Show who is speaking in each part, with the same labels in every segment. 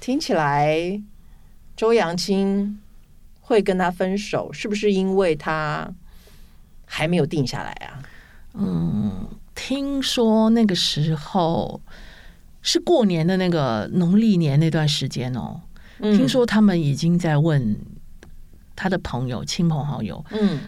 Speaker 1: 听起来周扬青会跟他分手，是不是因为他还没有定下来啊？
Speaker 2: 嗯，听说那个时候是过年的那个农历年那段时间哦，
Speaker 1: 嗯
Speaker 2: 听，说他们已经在问他的朋友、亲朋好友，
Speaker 1: 嗯，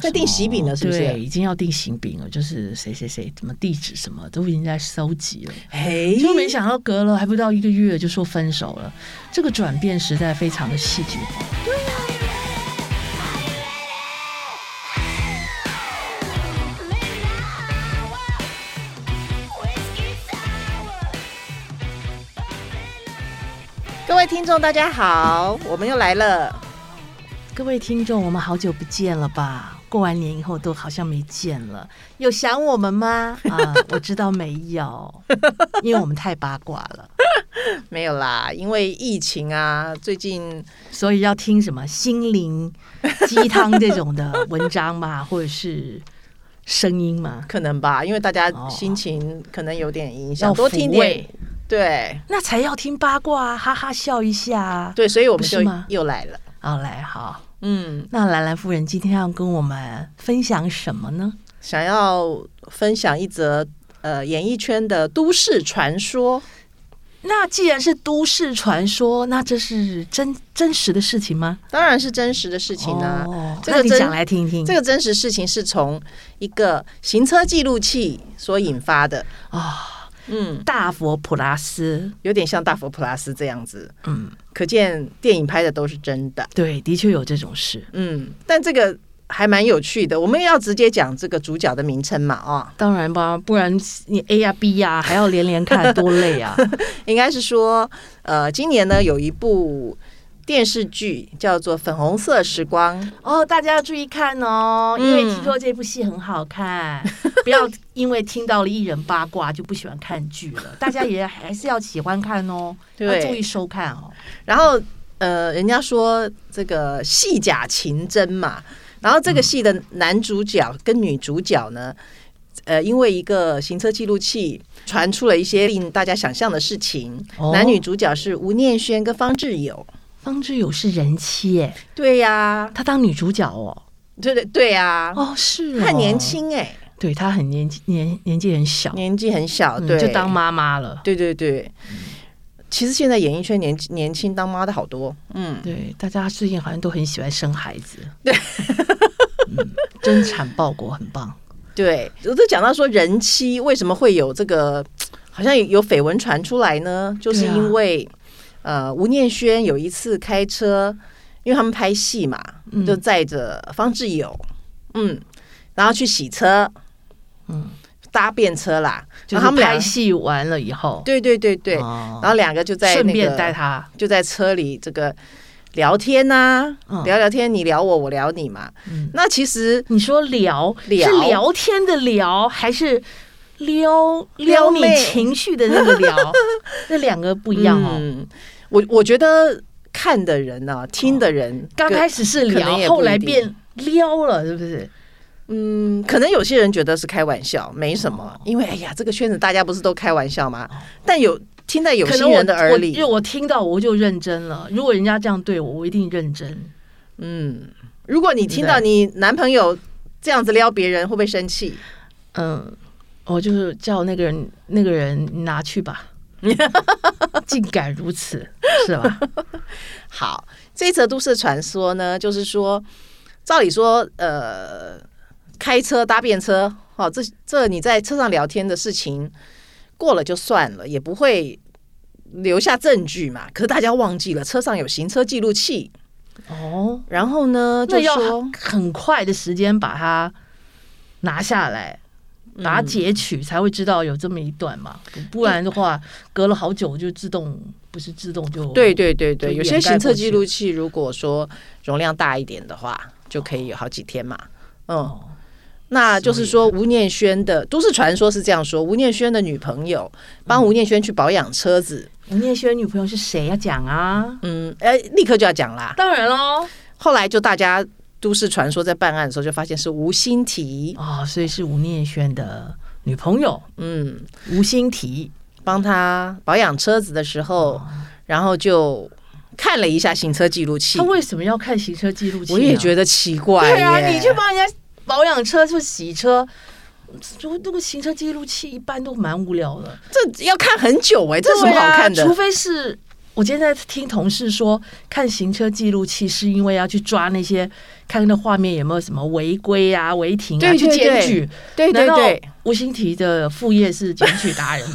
Speaker 1: 在订喜饼了，是不
Speaker 2: 对，
Speaker 1: 是？
Speaker 2: 已经要订喜饼了，就是谁谁谁什么地址什么都已经在收集了，
Speaker 1: 嘿，
Speaker 2: 就没想到隔了还不到一个月就说分手了，这个转变实在非常的戏剧化。
Speaker 1: 各位听众，大家好，我们又来了。
Speaker 2: 各位听众，我们好久不见了吧？过完年以后都好像没见了，有想我们吗？啊， 我知道没有，因为我们太八卦了，
Speaker 1: 没有啦，因为疫情啊，最近
Speaker 2: 所以要听什么心灵鸡汤这种的文章嘛， 或者是声音嘛，
Speaker 1: 可能吧，因为大家
Speaker 2: 哦
Speaker 1: 心情可能有点影响，
Speaker 2: 要
Speaker 1: 多听
Speaker 2: 抚慰
Speaker 1: 点。对
Speaker 2: 那才要听八卦啊，哈哈笑一下啊。
Speaker 1: 对，所以我们
Speaker 2: 不是
Speaker 1: 就
Speaker 2: 吗
Speaker 1: 又来了。
Speaker 2: 好，来好，
Speaker 1: 嗯，
Speaker 2: 那兰兰夫人今天要跟我们分享什么呢？
Speaker 1: 想要分享一则呃演艺圈的都市传说。
Speaker 2: 那既然是都市传说，那这是真真实的事情吗？
Speaker 1: 当然是真实的事情啊。
Speaker 2: 哦
Speaker 1: 这
Speaker 2: 那
Speaker 1: 个
Speaker 2: 你
Speaker 1: 真
Speaker 2: 讲来听听。
Speaker 1: 这
Speaker 2: 个
Speaker 1: 个真实事情是从一个行车记录器所引发的，
Speaker 2: 啊、
Speaker 1: 嗯，
Speaker 2: 大佛普拉斯，
Speaker 1: 有点像大佛普拉斯这样子，
Speaker 2: 嗯，
Speaker 1: 可见电影拍的都是真的，
Speaker 2: 对，的确有这种事。
Speaker 1: 嗯，但这个还蛮有趣的。我们要直接讲这个主角的名称嘛，啊、
Speaker 2: 当然吧，不然你 A 呀 B 呀、还要连连看，多累啊！
Speaker 1: 应该是说，呃，今年呢有一部电视剧叫做《粉红色时光》，
Speaker 2: 哦，大家要注意看哦，
Speaker 1: 嗯
Speaker 2: 因为听说这部戏很好 看，不要因为听到了艺人八卦就不喜欢看剧 了。大家也还是要喜欢看哦，要
Speaker 1: 对
Speaker 2: 注意收看哦。
Speaker 1: 然后呃，人家说这个戏假情真嘛，然后这个戏的男主角跟女主角呢，呃，因为一个行车记录器传出了一些令大家想象的事情，
Speaker 2: 哦
Speaker 1: 男女主角是吴念轩跟方志友。
Speaker 2: 方志友是人妻耶，
Speaker 1: 对呀、
Speaker 2: 她当女主角哦。
Speaker 1: 对对对呀、
Speaker 2: 哦，是哦
Speaker 1: 他很年，轻哎、
Speaker 2: 对她很年轻年年纪很小，
Speaker 1: 年纪很小，
Speaker 2: 嗯
Speaker 1: 对，
Speaker 2: 就当妈嗯妈了。
Speaker 1: 对对对。其实现在演艺圈年年轻当妈的好多，嗯，
Speaker 2: 对，大家最近好像都很喜欢生孩子。对， 嗯，真产报国很棒。
Speaker 1: 对，我都讲到说人妻为什么会有这个，好像有有绯闻传出来呢？就是
Speaker 2: 对啊
Speaker 1: 因为、呃，吴念轩有一次开车，因为他们拍戏嘛，
Speaker 2: 嗯
Speaker 1: 就载着方志友，嗯，然后去洗车，
Speaker 2: 嗯，
Speaker 1: 搭便车啦，
Speaker 2: 就
Speaker 1: 然后
Speaker 2: 是
Speaker 1: 他们俩
Speaker 2: 拍，戏完了以后，
Speaker 1: 对对对对，
Speaker 2: 哦
Speaker 1: 然后两个就在、那个、
Speaker 2: 顺便带他，
Speaker 1: 就在车里这个聊天呐、
Speaker 2: 嗯
Speaker 1: 聊聊天，你聊我，我聊你嘛。
Speaker 2: 嗯
Speaker 1: 那其实
Speaker 2: 你说聊
Speaker 1: 聊
Speaker 2: 是聊天的聊，还是撩
Speaker 1: 撩
Speaker 2: 撩你
Speaker 1: 妹
Speaker 2: 情绪的那个 撩？那两个不一样哦。
Speaker 1: 嗯，我我觉得看的人呢、听的人，
Speaker 2: 哦刚
Speaker 1: 跟
Speaker 2: 开始是
Speaker 1: 可能也
Speaker 2: 聊，
Speaker 1: 不
Speaker 2: 后来
Speaker 1: 一定
Speaker 2: 变撩了，是不是？
Speaker 1: 嗯，可能有些人觉得是开玩笑，没什
Speaker 2: 哦
Speaker 1: 么，因为哎呀，这个圈子大家不是都开玩笑吗？但有听在有
Speaker 2: 可
Speaker 1: 心
Speaker 2: 能我
Speaker 1: 人的耳里
Speaker 2: 因为，我听到我就认真了。如果人家这样对我，我一定认真。
Speaker 1: 嗯，如果你听到你男朋友这样子撩别人，会不会生气？
Speaker 2: 嗯，我就是叫那个人，那个人你拿去吧。 竟敢如此，是吧？
Speaker 1: 好，这一则都市传说呢，就是说，照理说，呃，开车搭便车，好、这这你在车上聊天的事情过了就算了，也不会留下证据嘛。可是大家忘记了，车上有行车记录器，
Speaker 2: 哦，
Speaker 1: 然后呢，
Speaker 2: 那
Speaker 1: 就
Speaker 2: 要
Speaker 1: 说
Speaker 2: 很快的时间把它拿下来，把它截取，才会知道有这么一段嘛。不不然的话，隔了好久就自动不是自动就
Speaker 1: 对对对对，
Speaker 2: 哦就
Speaker 1: 有些
Speaker 2: 掩盖
Speaker 1: 行车
Speaker 2: 过
Speaker 1: 记
Speaker 2: 去
Speaker 1: 录器如果说容量大一点的话，就可以有好几天嘛。嗯，
Speaker 2: 哦
Speaker 1: 那就是说吴念轩的都市传说是这样说，吴念轩的女朋友帮
Speaker 2: 嗯
Speaker 1: 吴念轩去保养车子，
Speaker 2: 吴念轩女朋友是谁要讲啊？
Speaker 1: 嗯，哎，立刻就要讲啦。
Speaker 2: 当然喽，
Speaker 1: 后来就大家都市传说在办案的时候就发现是吴欣提，
Speaker 2: 哦，所以是吴念轩的女朋友
Speaker 1: 嗯，
Speaker 2: 吴欣提哦
Speaker 1: 帮他保养车子的时候，然后就看了一下行车记录器
Speaker 2: 他，为什么要看行车记录器、啊
Speaker 1: 我也觉得奇怪
Speaker 2: 对啊，
Speaker 1: 耶
Speaker 2: 你去帮人家保养车去洗车，就那个行车记录器一般都蛮无聊的。
Speaker 1: 这要看很久哎、这有什么好看的？
Speaker 2: 对啊除非是我今天在听同事说，看行车记录器是因为要去抓那些看那画面有没有什么违规啊、违停啊，
Speaker 1: 对对
Speaker 2: 去检举。
Speaker 1: 对对对，，
Speaker 2: 吴欣提的副业是检举 达人吗？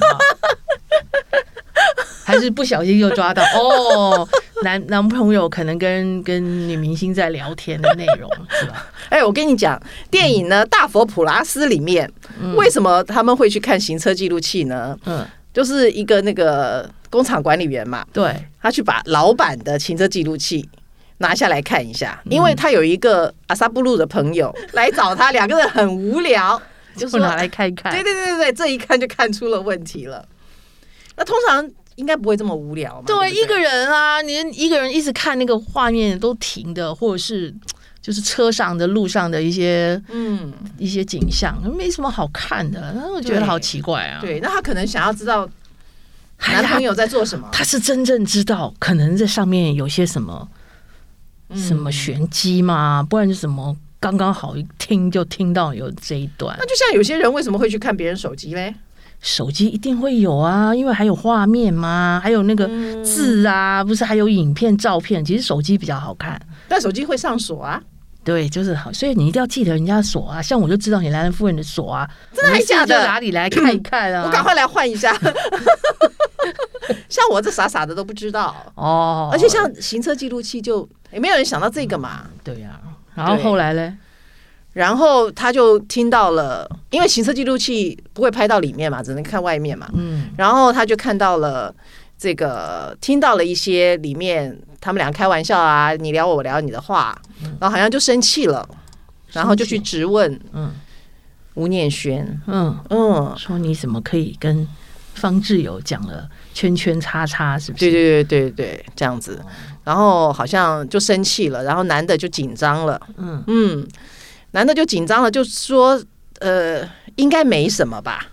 Speaker 2: 还是不小心又抓到哦，男男朋友可能跟跟女明星在聊天的内容是吧？
Speaker 1: 哎，我跟你讲，电影
Speaker 2: 嗯
Speaker 1: 呢《大佛普拉斯》里面，为什么他们会去看行车记录器呢？
Speaker 2: 嗯，
Speaker 1: 就是一个那个工厂管理员嘛，
Speaker 2: 对，
Speaker 1: 他去把老板的行车记录器拿下来看一下，
Speaker 2: 嗯
Speaker 1: 因为他有一个阿萨布鲁的朋友来找他，两个人很无 聊，就
Speaker 2: 就哎
Speaker 1: 说
Speaker 2: 拿来看看。
Speaker 1: 对对对对对，这一看就看出了问题了。那通常应该不会这么无聊嘛？对
Speaker 2: 对，
Speaker 1: 不对，
Speaker 2: 一个人啊，你一个人一直看那个画面都停的，或者是就是车上的、路上的一些
Speaker 1: 嗯，
Speaker 2: 一些景象，没什么好看的，然后我觉得
Speaker 1: 对
Speaker 2: 好奇怪啊。，
Speaker 1: 对，那他可能想要知道
Speaker 2: 还
Speaker 1: 男朋
Speaker 2: 有
Speaker 1: 友在做什么，
Speaker 2: 他是真正知道，可能这上面有些什么什么玄机嘛，不然就什么刚刚好一听就听到有这一段
Speaker 1: 那，就像有些人为什么会去看别人手机嘞？
Speaker 2: 手机一定会有啊，因为还有画面嘛，还有那个字啊，不是还有影片、照片，其实手机比较好看。
Speaker 1: 但手机会上锁啊，
Speaker 2: 对，就是好，所以你一定要记得人家的锁啊，像我就知道你来人夫人的锁啊，
Speaker 1: 真的还
Speaker 2: 没事
Speaker 1: 假的
Speaker 2: 就哪里来看一看啊？
Speaker 1: 我赶快来换一下。 像我这傻傻的都不知道，
Speaker 2: 哦，
Speaker 1: 而且像行车记录器就也没有人想到这个嘛。
Speaker 2: 对呀、然后后来嘞，
Speaker 1: 然后他就听到了，因为行车记录器不会拍到里面嘛，只能看外面嘛。
Speaker 2: 嗯，
Speaker 1: 然后他就看到了这个，听到了一些里面他们俩开玩笑啊，你聊我，我聊你的话，然后好像就生气了，然后就去质问
Speaker 2: 嗯
Speaker 1: 吴念轩，
Speaker 2: 嗯，
Speaker 1: 嗯，
Speaker 2: 说你怎么可以跟方志友讲了圈圈叉叉，是不是？
Speaker 1: 对对对对对，这样子，然后好像就生气了，然后男的就紧张了，
Speaker 2: 嗯
Speaker 1: 嗯，男的就紧张了，就说呃，应该没什么吧，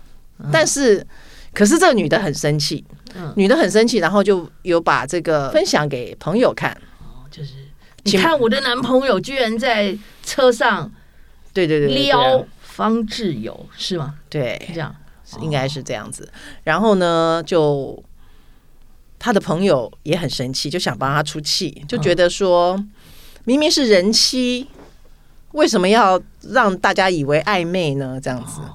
Speaker 1: 但是。可是这个女的很生气，
Speaker 2: 嗯
Speaker 1: 女的很生气，然后就有把这个分享给朋友看，
Speaker 2: 就是你
Speaker 1: 请
Speaker 2: 看我的男朋友居然在车上
Speaker 1: 对对对对对啊
Speaker 2: 撩方志友，是吗？是
Speaker 1: 对，
Speaker 2: 这样，
Speaker 1: 是应该是这样子。然后呢，就他的朋友也很生气，就想帮他出气，就
Speaker 2: 嗯
Speaker 1: 觉得说，明明是人妻，为什么要让大家以为暧昧呢？这样子。
Speaker 2: 哦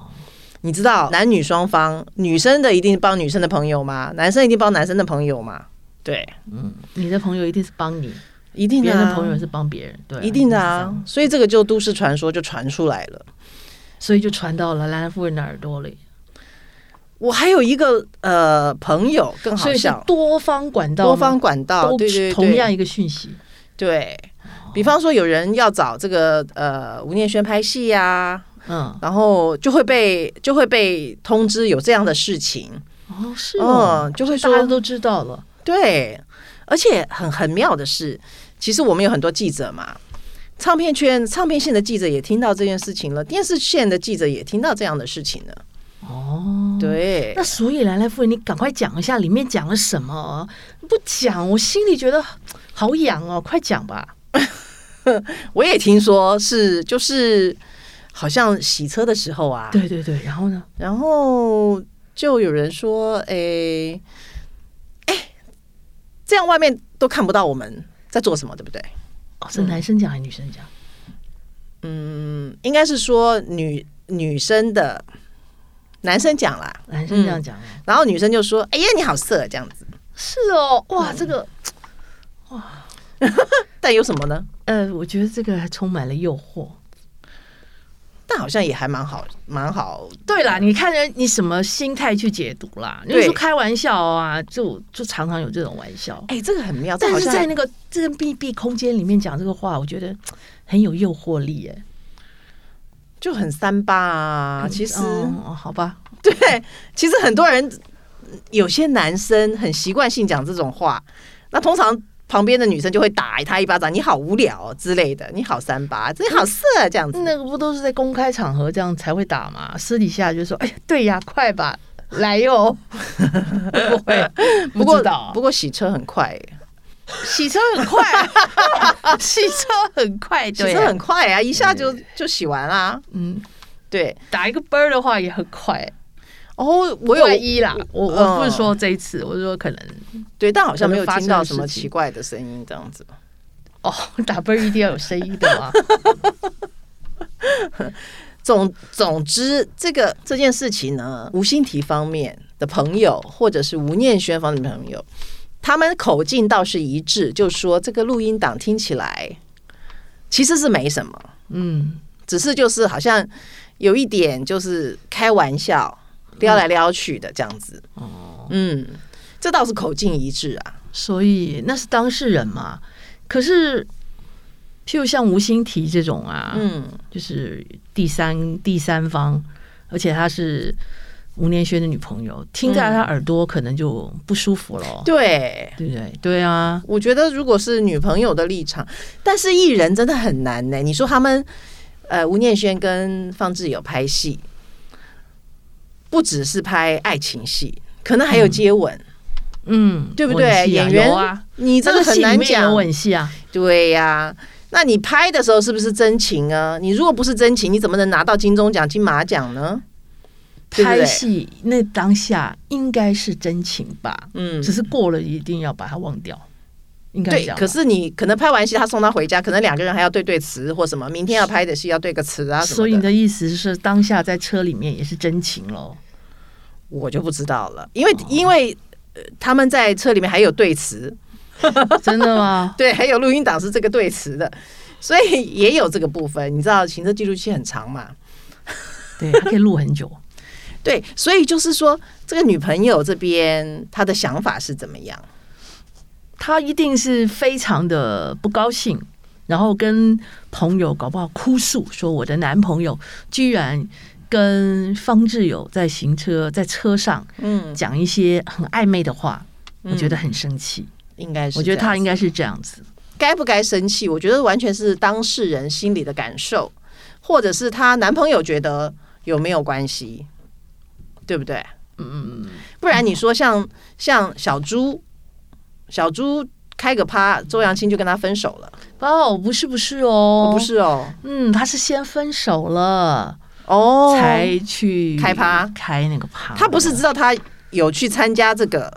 Speaker 1: 你知道男女双方，女生的一定帮女生的朋友嘛，男生一定帮男生的朋友嘛，对，
Speaker 2: 嗯你的朋友一定是帮你，
Speaker 1: 一定
Speaker 2: 别
Speaker 1: 的
Speaker 2: 人
Speaker 1: 啊、
Speaker 2: 的朋友是帮别人，对啊，
Speaker 1: 一定的
Speaker 2: 是这
Speaker 1: 啊
Speaker 2: 样，
Speaker 1: 所以这个就都市传说就传出来了。
Speaker 2: 所以就传到了兰兰夫人的耳朵里。
Speaker 1: 我还有一个呃朋友更
Speaker 2: 所
Speaker 1: 好
Speaker 2: 以是
Speaker 1: 笑，
Speaker 2: 多方管道吗，
Speaker 1: 多方管道，
Speaker 2: 都
Speaker 1: 对对对，
Speaker 2: 同样一个讯息，
Speaker 1: 对。比方说，有人要找这个呃吴念轩拍戏呀、
Speaker 2: 嗯，
Speaker 1: 然后就会被就会被通知有这样的事情，
Speaker 2: 哦，是哦，
Speaker 1: 嗯就会
Speaker 2: 大家
Speaker 1: 说
Speaker 2: 都知道了，
Speaker 1: 对。而且很很妙的是，其实我们有很多记者嘛，唱片圈唱片线的记者也听到这件事情了，电视线的记者也听到这样的事情了。
Speaker 2: 哦。
Speaker 1: 对
Speaker 2: 那，所以兰兰夫人，你赶快讲一下里面讲了什么哦、不讲，我心里觉得好痒哦，快讲吧。
Speaker 1: 我也听说是就是好像洗车的时候啊，
Speaker 2: 对对对，然后呢？
Speaker 1: 然后就有人说：“诶，哎，这样外面都看不到我们在做什么，对不对
Speaker 2: 哦，是男生讲还是女生讲？？”
Speaker 1: 嗯，应该是说女女生的男生讲啦，
Speaker 2: 男生这样讲哦、
Speaker 1: 然后女生就说：“哎呀，你好色！”这样子，
Speaker 2: 是哦，哇，这个
Speaker 1: 但有什么呢？
Speaker 2: 呃，我觉得这个还充满了诱惑。
Speaker 1: 但好像也还蛮好，蛮好。
Speaker 2: 对啦，你看人你什么心态去解读啦？你
Speaker 1: 对
Speaker 2: 说开玩笑啊，就就常常有这种玩笑。
Speaker 1: 哎，这个很妙，这
Speaker 2: 但
Speaker 1: 好
Speaker 2: 是
Speaker 1: 像
Speaker 2: 在那个这个密闭空间里面讲这个话，我觉得很有诱惑力耶。
Speaker 1: 就很三八啊。其实，
Speaker 2: 哦，哦好吧，
Speaker 1: 对，其实很多人有些男生很习惯性讲这种话，那通常旁边的女生就会打他一巴掌，你好无聊、哦、之类的，你好三八，你好色啊
Speaker 2: 嗯
Speaker 1: 这样子。
Speaker 2: 那个不都是在公开场合这样才会打吗？私底下就说，哎呀，对呀，快吧，来哟、 不会，
Speaker 1: 不过
Speaker 2: 知道
Speaker 1: 不过洗车很快耶，
Speaker 2: 洗车很快， 洗车很快，
Speaker 1: 洗
Speaker 2: 对啊
Speaker 1: 车很快啊，一下就就洗完啦。
Speaker 2: 嗯，
Speaker 1: 对，
Speaker 2: 打一个啵儿的话也很快。
Speaker 1: 哦，我有
Speaker 2: 万一啦，我我不是
Speaker 1: 嗯
Speaker 2: 说这一次，我是说可能
Speaker 1: 对，但好像没有
Speaker 2: 可能发
Speaker 1: 听
Speaker 2: 生
Speaker 1: 到
Speaker 2: 的
Speaker 1: 什么
Speaker 2: 事情
Speaker 1: 奇怪的声音，这样子。
Speaker 2: 哦，打啵儿一定要有声音的嘛。
Speaker 1: 总总之，这个这件事情呢，吴欣提方面的朋友，或者是吴念轩方面的朋友，他们口径倒是一致，就说这个录音档听起来其实是没什么，
Speaker 2: 嗯，
Speaker 1: 只是就是好像有一点就是开玩笑，撩来撩去的这样子。
Speaker 2: 哦，
Speaker 1: 嗯，这倒是口径一致啊。
Speaker 2: 所以那是当事人嘛。可是，譬如像吴欣提这种啊，
Speaker 1: 嗯，
Speaker 2: 就是第三第三方，而且她是吴念轩的女朋友，听在她耳朵可能就不舒服了，
Speaker 1: 对。
Speaker 2: 对不对？对啊，
Speaker 1: 我觉得如果是女朋友的立场，但是艺人真的很难呢、你说他们，呃，吴念轩跟方志友拍戏，不只是拍爱情戏，可能还有接吻，
Speaker 2: 嗯，
Speaker 1: 对不对
Speaker 2: 吻戏啊
Speaker 1: 演员
Speaker 2: 有啊，
Speaker 1: 你这
Speaker 2: 这
Speaker 1: 个
Speaker 2: 个
Speaker 1: 很
Speaker 2: 戏里
Speaker 1: 难
Speaker 2: 面有
Speaker 1: 讲。
Speaker 2: 吻戏啊，
Speaker 1: 对呀、那你拍的时候是不是真情啊？你如果不是真情，你怎么能拿到金钟奖、金马奖呢？对不对
Speaker 2: 拍戏那当下应该是真情吧，
Speaker 1: 嗯，
Speaker 2: 只是过了一定要把它忘掉，应该这
Speaker 1: 对。
Speaker 2: 样吧。啊
Speaker 1: 可是你可能拍完戏，他送他回家，可能两个人还要对对词或什么，明天要拍的戏要对个词啊什么的。
Speaker 2: 所以你的意思是，当下在车里面也是真情喽？
Speaker 1: 我就不知道了，因为、
Speaker 2: 哦
Speaker 1: 因为、呃、他们在车里面还有对词，
Speaker 2: 真的吗？
Speaker 1: 对，还有录音档是这个对词的，所以也有这个部分。你知道行车记录器很长嘛？
Speaker 2: 对，它可以录很久。
Speaker 1: 对，所以就是说，这个女朋友这边她的想法是怎么样？
Speaker 2: 他一定是非常的不高兴，然后跟朋友搞不好哭诉说我的男朋友居然跟方志友在行车在车上
Speaker 1: 嗯，
Speaker 2: 讲一些很暧昧的话，我觉得
Speaker 1: 嗯
Speaker 2: 很生气。
Speaker 1: 应该是这样子，
Speaker 2: 我觉得他应该是这样子，
Speaker 1: 该不该生气？我觉得完全是当事人心里的感受，或者是她男朋友觉得有没有关系，对不对？
Speaker 2: 嗯，
Speaker 1: 不然你说像像小猪，小猪开个趴，周扬青就跟他分手了。
Speaker 2: 哦，不是不是哦，
Speaker 1: 哦，不，是哦，
Speaker 2: 嗯，他是先分手了，
Speaker 1: 哦，
Speaker 2: 才去
Speaker 1: 开趴
Speaker 2: 开那个趴，
Speaker 1: 他不是知道他有去参加这个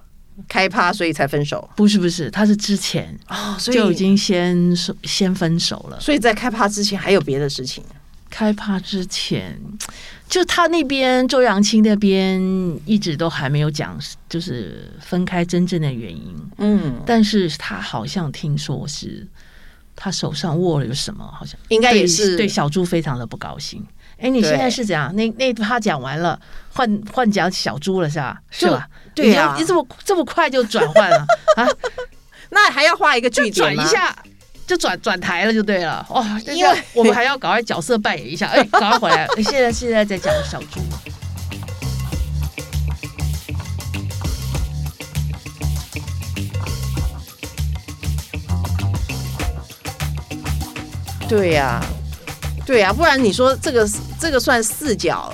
Speaker 1: 开趴，所以才分手
Speaker 2: 不是不是，他是之前
Speaker 1: 哦，所
Speaker 2: 就已经先说先分手了。
Speaker 1: 所以在开趴之前还有别的事情，
Speaker 2: 开趴之前，就他那边周扬青那边一直都还没有讲，就是分开真正的原因。
Speaker 1: 嗯，
Speaker 2: 但是他好像听说是他手上握了有什么，好像
Speaker 1: 应该
Speaker 2: 对
Speaker 1: 也是
Speaker 2: 对小猪非常的不高兴。哎，你
Speaker 1: 对
Speaker 2: 现在是怎样？那那趴讲完了，换换讲小猪了是吧？是
Speaker 1: 就
Speaker 2: 吧？
Speaker 1: 对啊
Speaker 2: 你这么这么快就转换了啊？
Speaker 1: 那还要画一个
Speaker 2: 就
Speaker 1: 句
Speaker 2: 转
Speaker 1: 点
Speaker 2: 一
Speaker 1: 吗，
Speaker 2: 下，就转转台了就对了。哦，
Speaker 1: 因为
Speaker 2: 我们还要赶快角色扮演一下，哎，赶快回 来。哎现在现在在讲小猪。
Speaker 1: 对呀、对呀、不然你说这个这个算四角。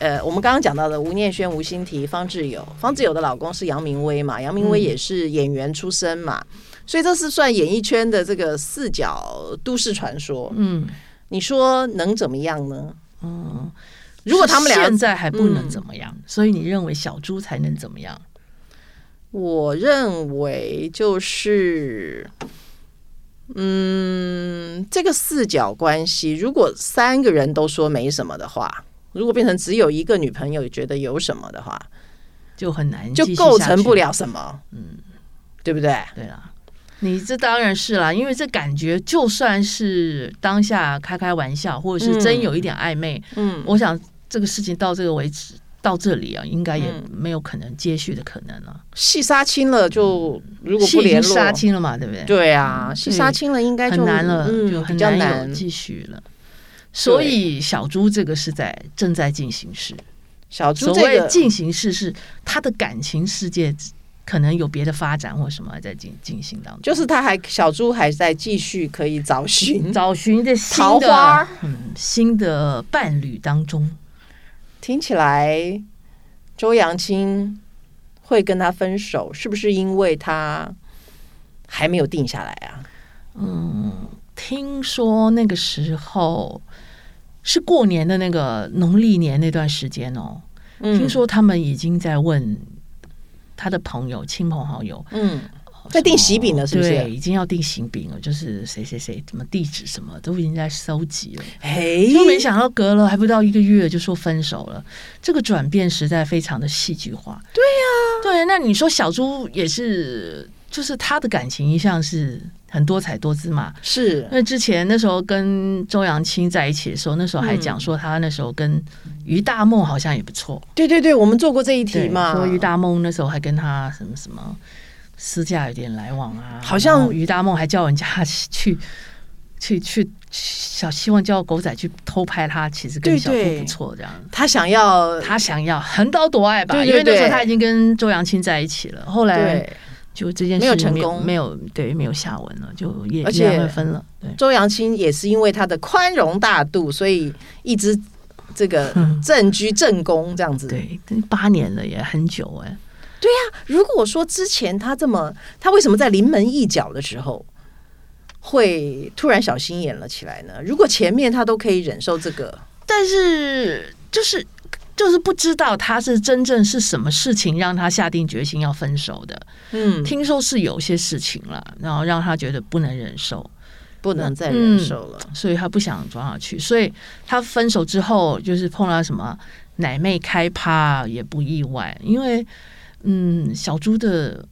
Speaker 1: 呃，我们刚刚讲到的吴念轩、吴欣缇、方志友，方志友的老公是杨明威嘛，杨明威
Speaker 2: 嗯
Speaker 1: 也是演员出身嘛，所以这是算演艺圈的这个四角都市传说。
Speaker 2: 嗯
Speaker 1: 你说能怎么样呢？
Speaker 2: 嗯，
Speaker 1: 如果他们俩
Speaker 2: 现在还不能
Speaker 1: 嗯
Speaker 2: 怎么样，所以你认为小猪才能怎么样？
Speaker 1: 我认为就是，嗯，这个四角关系，如果三个人都说没什么的话，如果变成只有一个女朋友觉得有什么的话，
Speaker 2: 就很难
Speaker 1: 就
Speaker 2: 继续
Speaker 1: 构
Speaker 2: 下
Speaker 1: 成
Speaker 2: 去
Speaker 1: 不。了什么，
Speaker 2: 嗯，
Speaker 1: 对不对？
Speaker 2: 对啦。你这当然是啦，因为这感觉就算是当下开开玩笑，或者是真
Speaker 1: 嗯
Speaker 2: 有一点暧昧，
Speaker 1: 嗯，
Speaker 2: 我想这个事情到这个为止，到这里啊，应该也
Speaker 1: 嗯
Speaker 2: 没有可能接续的可能了。
Speaker 1: 戏杀青了就如果
Speaker 2: 嗯戏
Speaker 1: 不
Speaker 2: 已
Speaker 1: 联
Speaker 2: 经
Speaker 1: 络，
Speaker 2: 杀青了嘛，对不对？
Speaker 1: 对啊，戏杀
Speaker 2: 对
Speaker 1: 青了应该就
Speaker 2: 很难了，就
Speaker 1: 嗯，比
Speaker 2: 很
Speaker 1: 较
Speaker 2: 难
Speaker 1: 难
Speaker 2: 有。继续了。所以小猪这个是在正在进行式，
Speaker 1: 小猪
Speaker 2: 所
Speaker 1: 这
Speaker 2: 谓
Speaker 1: 个
Speaker 2: 进行式是他的感情世界可能有别的发展或什么在进进行当中，
Speaker 1: 就是他还小猪还在继续可以找寻，
Speaker 2: 找寻的新
Speaker 1: 桃
Speaker 2: 的
Speaker 1: 花儿
Speaker 2: 嗯新的伴侣当中，
Speaker 1: 听起来周扬青会跟他分手，是不是因为他还没有定下来啊？
Speaker 2: 嗯听说那个时候是过年的那个农历年那段时间哦，
Speaker 1: 嗯
Speaker 2: 听，说他们已经在问他的朋友、亲朋好友，
Speaker 1: 嗯，在订喜饼了，是不
Speaker 2: 对，
Speaker 1: 是？
Speaker 2: 已经要定喜饼了，就是谁谁谁什么地址什么都已经在收集了，
Speaker 1: 嘿，
Speaker 2: 就没想到隔了还不到一个月就说分手了，这个转变实在非常的戏剧化。对呀、对，那你说小猪也是，就是他的感情一向是很多彩多姿嘛，
Speaker 1: 是
Speaker 2: 因，为之前那时候跟周扬青在一起的时候，那时候还
Speaker 1: 嗯
Speaker 2: 讲说他那时候跟于大梦好像也不错，
Speaker 1: 对对对，我们做过这一题
Speaker 2: 对
Speaker 1: 嘛，
Speaker 2: 说于大梦那时候还跟他什么什么私下有点来往啊，
Speaker 1: 好像
Speaker 2: 然后于大梦还叫人家去 去去小希望叫狗仔去偷拍他，其实跟
Speaker 1: 对
Speaker 2: 小夫
Speaker 1: 对
Speaker 2: 不错这样。
Speaker 1: 他想要
Speaker 2: 他想要横刀夺爱吧，
Speaker 1: 对对
Speaker 2: 因为那时候
Speaker 1: 对
Speaker 2: 他已经跟周扬青在一起了，后来
Speaker 1: 对
Speaker 2: 就这件事
Speaker 1: 没有成功
Speaker 2: 没有对没有下文了，就也
Speaker 1: 而且
Speaker 2: 也分了。对，
Speaker 1: 周扬青也是因为他的宽容大度，所以一直这 个
Speaker 2: 嗯
Speaker 1: 正居正宫这样子。
Speaker 2: 对，但八年了也很久哎、
Speaker 1: 如果说之前他这么，他为什么在临门一脚的时候会突然小心眼了起来呢？如果前面他都可以忍受这个，
Speaker 2: 但是就是就是不知道他是真正是什么事情让他下定决心要分手的。
Speaker 1: 嗯，
Speaker 2: 听说是有些事情了，然后让他觉得不能忍受，
Speaker 1: 不能再忍受了。
Speaker 2: 所以他不想转下去。所以他分手之后，就是碰到什么奶妹开趴也不意外，因为嗯，小猪的。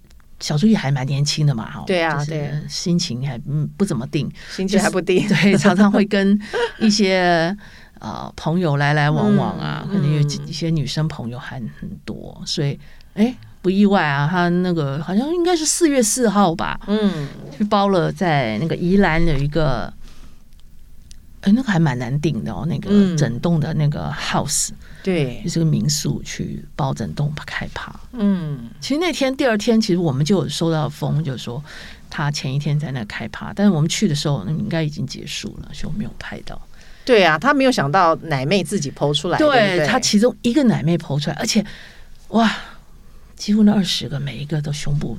Speaker 2: 小猪也还蛮年轻的嘛，哈，
Speaker 1: 对啊
Speaker 2: 就是
Speaker 1: 对
Speaker 2: 心情还嗯不怎么定，
Speaker 1: 心情还不定，
Speaker 2: 对，常常会跟一些呃朋友来来往往啊，
Speaker 1: 嗯
Speaker 2: 可能有
Speaker 1: 嗯
Speaker 2: 几一些女生朋友还很多，所以哎不意外啊。他那个好像应该是四月四号吧，
Speaker 1: 嗯，
Speaker 2: 去包了在那个宜兰的一个，哎那个还蛮难订的哦，那个
Speaker 1: 嗯
Speaker 2: 整栋的那个 house、
Speaker 1: 对
Speaker 2: 就，是个民宿去包整栋开趴。
Speaker 1: 嗯，
Speaker 2: 其实那天第二天，其实我们就有收到风，就是说他前一天在那开趴，但是我们去的时候，那应该已经结束了，所以我没有拍到。
Speaker 1: 对啊，他没有想到奶妹自己剖出来，对不对
Speaker 2: 他其中一个奶妹剖出来，而且哇，几乎那二十个每一个都胸部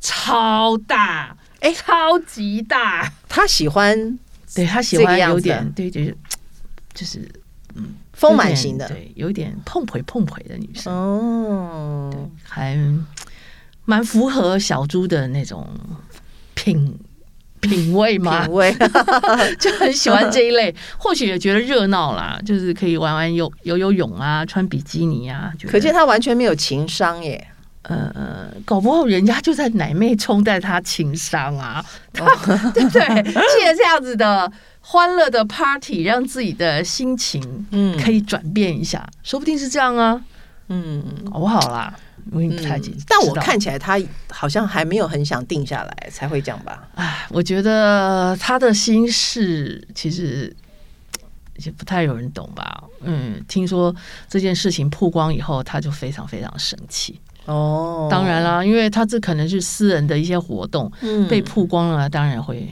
Speaker 2: 超大，
Speaker 1: 哎
Speaker 2: 超级大。
Speaker 1: 他喜欢
Speaker 2: 对他喜
Speaker 1: 这个
Speaker 2: 欢
Speaker 1: 样子
Speaker 2: 有点，对，就是就是
Speaker 1: 丰满型的
Speaker 2: 有，点对，有一点碰腿碰腿的女生，
Speaker 1: 哦，
Speaker 2: 还蛮符合小猪的那种品品味嘛
Speaker 1: 品， 味，
Speaker 2: 就很喜欢这一 类，或许也觉得热闹啦，就是可以玩玩游游游泳啊，穿比基尼啊。觉得
Speaker 1: 可见他完全没有情商耶。
Speaker 2: 呃呃，搞不好人家就在奶妹冲淡他情商啊，他 对不对？借这样子的欢乐的 party，让自己的心情
Speaker 1: 嗯
Speaker 2: 可以转变一下，说不定是这样啊，
Speaker 1: 嗯，
Speaker 2: 搞不好啦，我也不太清、
Speaker 1: 但我
Speaker 2: 知道
Speaker 1: 看起来他好像还没有很想定下来，才会讲吧。
Speaker 2: 唉，我觉得他的心事其实也不太有人懂吧。嗯，听说这件事情曝光以后，他就非常非常生气。
Speaker 1: 哦，
Speaker 2: 当然啦，因为他这可能是私人的一些活动、
Speaker 1: 嗯
Speaker 2: 被曝光了，当然会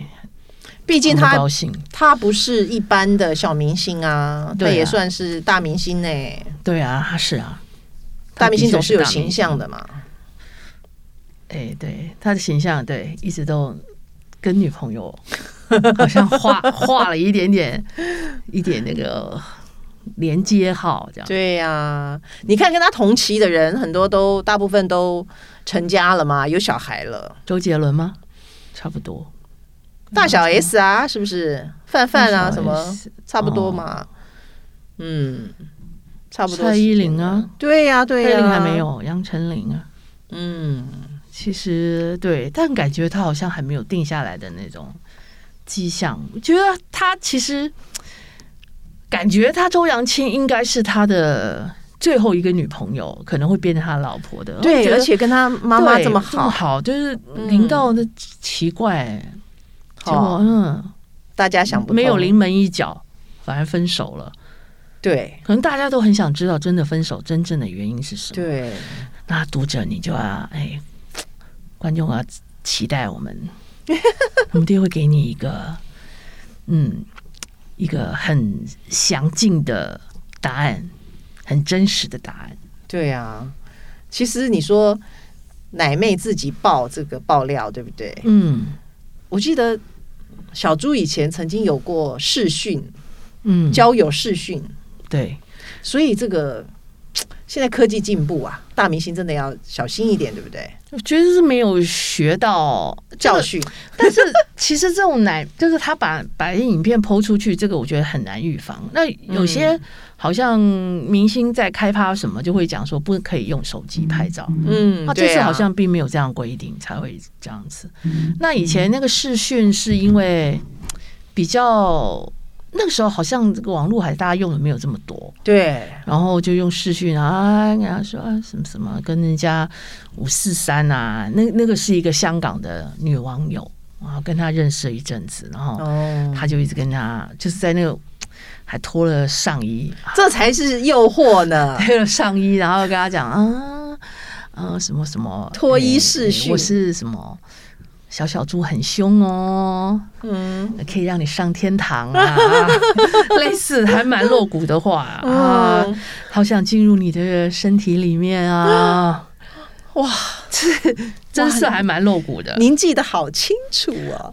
Speaker 1: 毕竟
Speaker 2: 很不
Speaker 1: 他
Speaker 2: 高兴。
Speaker 1: 他不是一般的小明星啊，
Speaker 2: 对啊
Speaker 1: 他也算是大明星呢、
Speaker 2: 对啊，是啊，
Speaker 1: 大明星
Speaker 2: 他的确
Speaker 1: 总是有
Speaker 2: 大明星
Speaker 1: 形象。的嘛。
Speaker 2: 哎，对，他的形象对，一直都跟女朋 友好像画画了一点点一点那个连接号这样。
Speaker 1: 对呀、你看跟他同期的人很多都大部分都成家了嘛，有小孩了，
Speaker 2: 周杰伦吗？差不多，
Speaker 1: 大小 S 啊，是不是？范范啊，
Speaker 2: 嗯大小
Speaker 1: 什么
Speaker 2: S 哦
Speaker 1: 差不多嘛。嗯，差不多。
Speaker 2: 蔡依林啊，
Speaker 1: 对呀、对
Speaker 2: 蔡依
Speaker 1: 呀、
Speaker 2: 林还没。有，杨丞琳啊。
Speaker 1: 嗯，
Speaker 2: 其实对，但感觉他好像还没有定下来的那种迹象。我觉得他其实感觉他周扬青应该是他的最后一个女朋友，可能会变成他老婆的。我
Speaker 1: 对，
Speaker 2: 觉得
Speaker 1: 而且跟他妈妈这
Speaker 2: 对这
Speaker 1: 么
Speaker 2: 么
Speaker 1: 好，
Speaker 2: 好，就是
Speaker 1: 嗯
Speaker 2: 临到的奇怪、结果
Speaker 1: 哦
Speaker 2: 嗯，
Speaker 1: 大家想不通
Speaker 2: 没有临门一脚，反而分手了。
Speaker 1: 对。
Speaker 2: 可能大家都很想知道，真的分手真正的原因是什么？
Speaker 1: 对，
Speaker 2: 那读者你就要哎，观众啊，期待我们， 我们一定会给你一个嗯，一个很详尽的答案，很真实的答案。
Speaker 1: 对啊，其实你说奶妹自己爆这个爆料，对不对？
Speaker 2: 嗯
Speaker 1: 我记得小猪以前曾经有过视讯
Speaker 2: 嗯，
Speaker 1: 交友视讯，
Speaker 2: 对，
Speaker 1: 所以这个现在科技进步啊，大明星真的要小心一点，对不对？
Speaker 2: 我觉得是没有学到
Speaker 1: 教训，
Speaker 2: 但是其实这种奶，就是他把把影片抛出去，这个我觉得很难预防。那有些好像明星在开趴什么，就会讲说不可以用手机拍照。
Speaker 1: 嗯
Speaker 2: 啊那这次好像并没有这样规定，才会这样子。那以前那个视讯是因为比较那个时候好像这个网络还大家用的没有这么多，
Speaker 1: 对
Speaker 2: 然后就用视讯啊，跟他说啊什么什么，跟人家五四三啊，那那个是一个香港的女网友然后跟她认识了一阵子，然后
Speaker 1: 哦，
Speaker 2: 她就一直跟她就是在那个还脱了上衣，
Speaker 1: 这才是诱惑 呢。
Speaker 2: 脱了上衣，然后跟她讲啊啊什么什么
Speaker 1: 脱衣
Speaker 2: 哎
Speaker 1: 视
Speaker 2: 哎
Speaker 1: 讯
Speaker 2: 我是什么。小小猪很凶哦，
Speaker 1: 嗯，
Speaker 2: 可以让你上天 堂啊，类似还蛮露骨的话啊，
Speaker 1: 嗯
Speaker 2: 好想进入你的身体里面啊！
Speaker 1: 哇，
Speaker 2: 这真是还蛮露骨的。
Speaker 1: 您记得好清楚哦。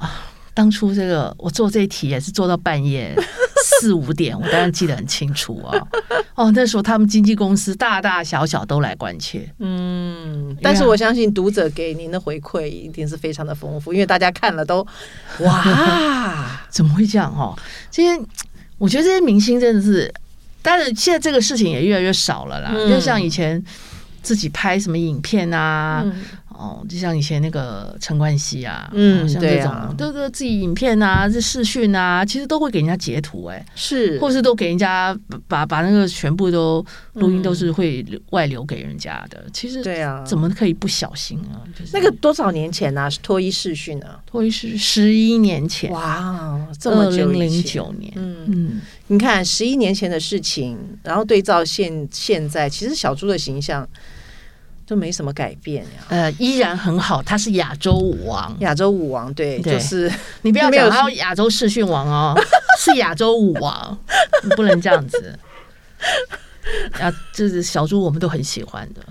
Speaker 2: 当初这个我做这一题也是做到 半夜四五点，我当然记得很清楚啊。哦，那时候他们经纪公司大大小小都来关切，
Speaker 1: 嗯，但
Speaker 2: 啊
Speaker 1: 是我相信读者给您的回馈一定是非常的丰富，因为大家看了都哇，
Speaker 2: 怎么会这样哦？这些我觉得这些明星真的是，但是现在这个事情也越来越少了啦。
Speaker 1: 嗯
Speaker 2: 就像以前自己拍什么影片啊，
Speaker 1: 嗯
Speaker 2: 哦，就像以前那个陈冠希啊，
Speaker 1: 嗯
Speaker 2: 哦像
Speaker 1: 对
Speaker 2: 这
Speaker 1: 啊
Speaker 2: 种都都自己影片啊，这视讯啊，其实都会给人家截图哎、
Speaker 1: 是
Speaker 2: 或是都给人家把把那个全部都录
Speaker 1: 嗯
Speaker 2: 音都是会留外流给人家的。其实
Speaker 1: 对啊，
Speaker 2: 怎么可以不小心啊？就是
Speaker 1: 那个多少年前啊，脱衣试训啊，
Speaker 2: 脱衣是十一年前，
Speaker 1: 哇，这么
Speaker 2: 二
Speaker 1: 久
Speaker 2: 零
Speaker 1: 以
Speaker 2: 零
Speaker 1: 前，
Speaker 2: 九年，
Speaker 1: 嗯，
Speaker 2: 嗯，
Speaker 1: 你看十一年前的事情，然后对照现现在，其实小猪的形象都没什么改变呀。
Speaker 2: 呃，依然很好，他是亚洲 舞王，
Speaker 1: 亚洲舞王，对，
Speaker 2: 对
Speaker 1: 就是
Speaker 2: 你不要
Speaker 1: 没有
Speaker 2: 讲他亚洲视讯王哦， 是亚洲舞王，你不能这样子。啊，就是小猪，我们都很喜欢的，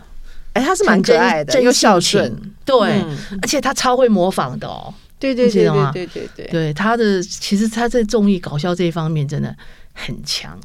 Speaker 1: 哎，他是蛮可爱
Speaker 2: 真
Speaker 1: 的，
Speaker 2: 真
Speaker 1: 又孝
Speaker 2: 性情
Speaker 1: 顺，，
Speaker 2: 对，
Speaker 1: 嗯
Speaker 2: 而且他超会模仿的哦。
Speaker 1: 对对
Speaker 2: 你记
Speaker 1: 对
Speaker 2: 得吗
Speaker 1: 对对对对，
Speaker 2: 对他的，其实他在综艺搞笑这一方面真的很强。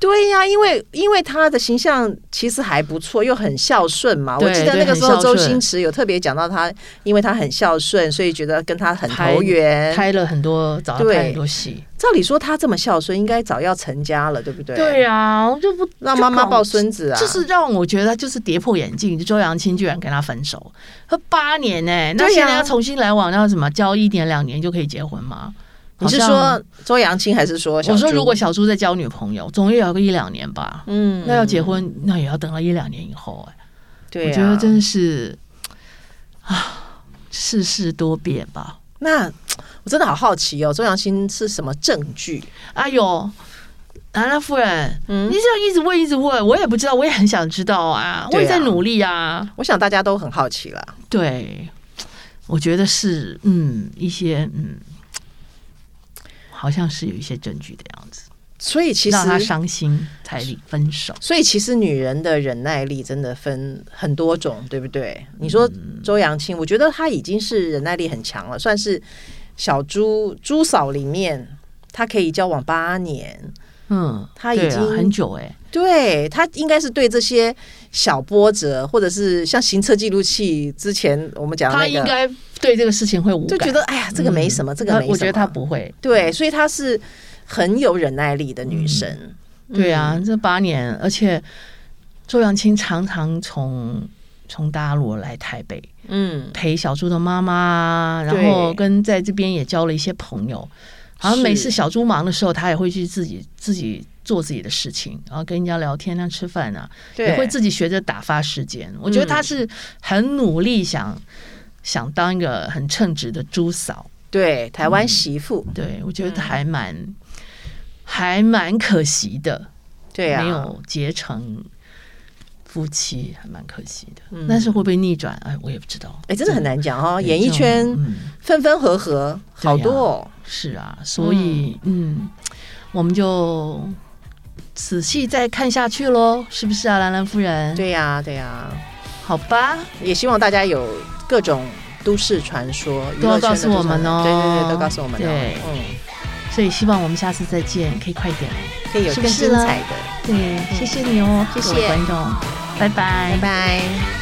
Speaker 1: 对呀，因为因为他的形象其实还不错，又很孝顺嘛。我
Speaker 2: 对
Speaker 1: 记得那
Speaker 2: 对
Speaker 1: 个时候
Speaker 2: 很
Speaker 1: 周
Speaker 2: 孝顺
Speaker 1: 星驰有特别讲到他，因为他很孝顺，所以觉得跟他很
Speaker 2: 拍
Speaker 1: 投缘。
Speaker 2: 拍了很多，找他
Speaker 1: 对
Speaker 2: 拍很多戏。
Speaker 1: 照理说他这么孝顺，应该早要成家了，对不对？
Speaker 2: 对啊，我就不
Speaker 1: 让妈妈抱
Speaker 2: 孙，
Speaker 1: 孙子啊，
Speaker 2: 就是让我觉得就是跌破眼镜。周扬青居然跟他分手，他八年呢、那
Speaker 1: 对呀
Speaker 2: 现在要重新来往，那什么交一年两年就可以结婚吗？
Speaker 1: 你是
Speaker 2: 好像
Speaker 1: 说周扬青还是说小
Speaker 2: 我说
Speaker 1: 猪
Speaker 2: 如果小猪在交女朋友，总也要个一两年吧。
Speaker 1: 嗯
Speaker 2: 那要结婚，那也要等到一两年以后哎、
Speaker 1: 对、啊，
Speaker 2: 我觉得真是啊，世事多变吧。
Speaker 1: 那我真的好好奇哦，周扬青是什么证据？
Speaker 2: 哎呦，兰兰夫人，
Speaker 1: 嗯
Speaker 2: 你这样一直问一直问，我也不知道，我也很想知道啊，
Speaker 1: 对啊
Speaker 2: 我也在努力啊。
Speaker 1: 我想大家都很好奇啦。
Speaker 2: 对，我觉得是，嗯，一些嗯，好像是有一些证据的样子，
Speaker 1: 所以其实
Speaker 2: 让他伤心才离分手。
Speaker 1: 所以其实女人的忍耐力真的分很多种，对不对？
Speaker 2: 嗯
Speaker 1: 你说周扬青，我觉得她已经是忍耐力很强了，算是小猪猪嫂里面，她可以交往八年，
Speaker 2: 嗯，
Speaker 1: 他已
Speaker 2: 对啊
Speaker 1: 经
Speaker 2: 很久哎、
Speaker 1: 对她应该是对这些小波折，或者是像行车记录器之前我们讲的
Speaker 2: 他
Speaker 1: 那
Speaker 2: 应
Speaker 1: 个，
Speaker 2: 该对这个事情会无
Speaker 1: 就
Speaker 2: 感，
Speaker 1: 觉得哎呀，这个没什么，这个没什么。
Speaker 2: 嗯我觉得他不会。
Speaker 1: 对，所以她是很有忍耐力的女生。
Speaker 2: 对
Speaker 1: 嗯
Speaker 2: 啊，这八年，而且周扬青常常从从大陆来台北，
Speaker 1: 嗯，
Speaker 2: 陪小猪的妈妈，然后
Speaker 1: 对
Speaker 2: 跟在这边也交了一些朋友。然后每次小猪忙的时候，他也会去自己自己做自己的事情，然后跟人家聊天啊、吃饭啊，
Speaker 1: 对，
Speaker 2: 也会自己学着打发时间。我觉得他是很努力想，想当一个很称职的猪嫂。
Speaker 1: 对台湾媳妇，
Speaker 2: 对我觉得还蛮、还蛮可惜的，
Speaker 1: 对啊，
Speaker 2: 没有结成夫妻，还蛮可惜的。
Speaker 1: 嗯
Speaker 2: 但是会不会逆转？哎，我也不知道。
Speaker 1: 哎，真的很难讲哦，
Speaker 2: 对
Speaker 1: 演艺
Speaker 2: 这种
Speaker 1: 圈
Speaker 2: 嗯
Speaker 1: 分分合合，好多、哦。
Speaker 2: 嗯是啊，所以嗯我们就仔细再看下去喽，是不是啊，兰兰夫人？，
Speaker 1: 对呀、对呀、
Speaker 2: 好吧，
Speaker 1: 也希望大家有各种都市传说，娱乐圈的
Speaker 2: 都要告诉我们
Speaker 1: 都市
Speaker 2: 哦
Speaker 1: 传说对对对，都告诉我们
Speaker 2: 对
Speaker 1: 哦。嗯，
Speaker 2: 所以希望我们下次再见，可以快一点。
Speaker 1: 可以有
Speaker 2: 是
Speaker 1: 更
Speaker 2: 不是
Speaker 1: 精
Speaker 2: 呢
Speaker 1: 彩的。
Speaker 2: 对，谢谢你哦，
Speaker 1: 谢谢
Speaker 2: 各位观众，拜拜
Speaker 1: 拜拜。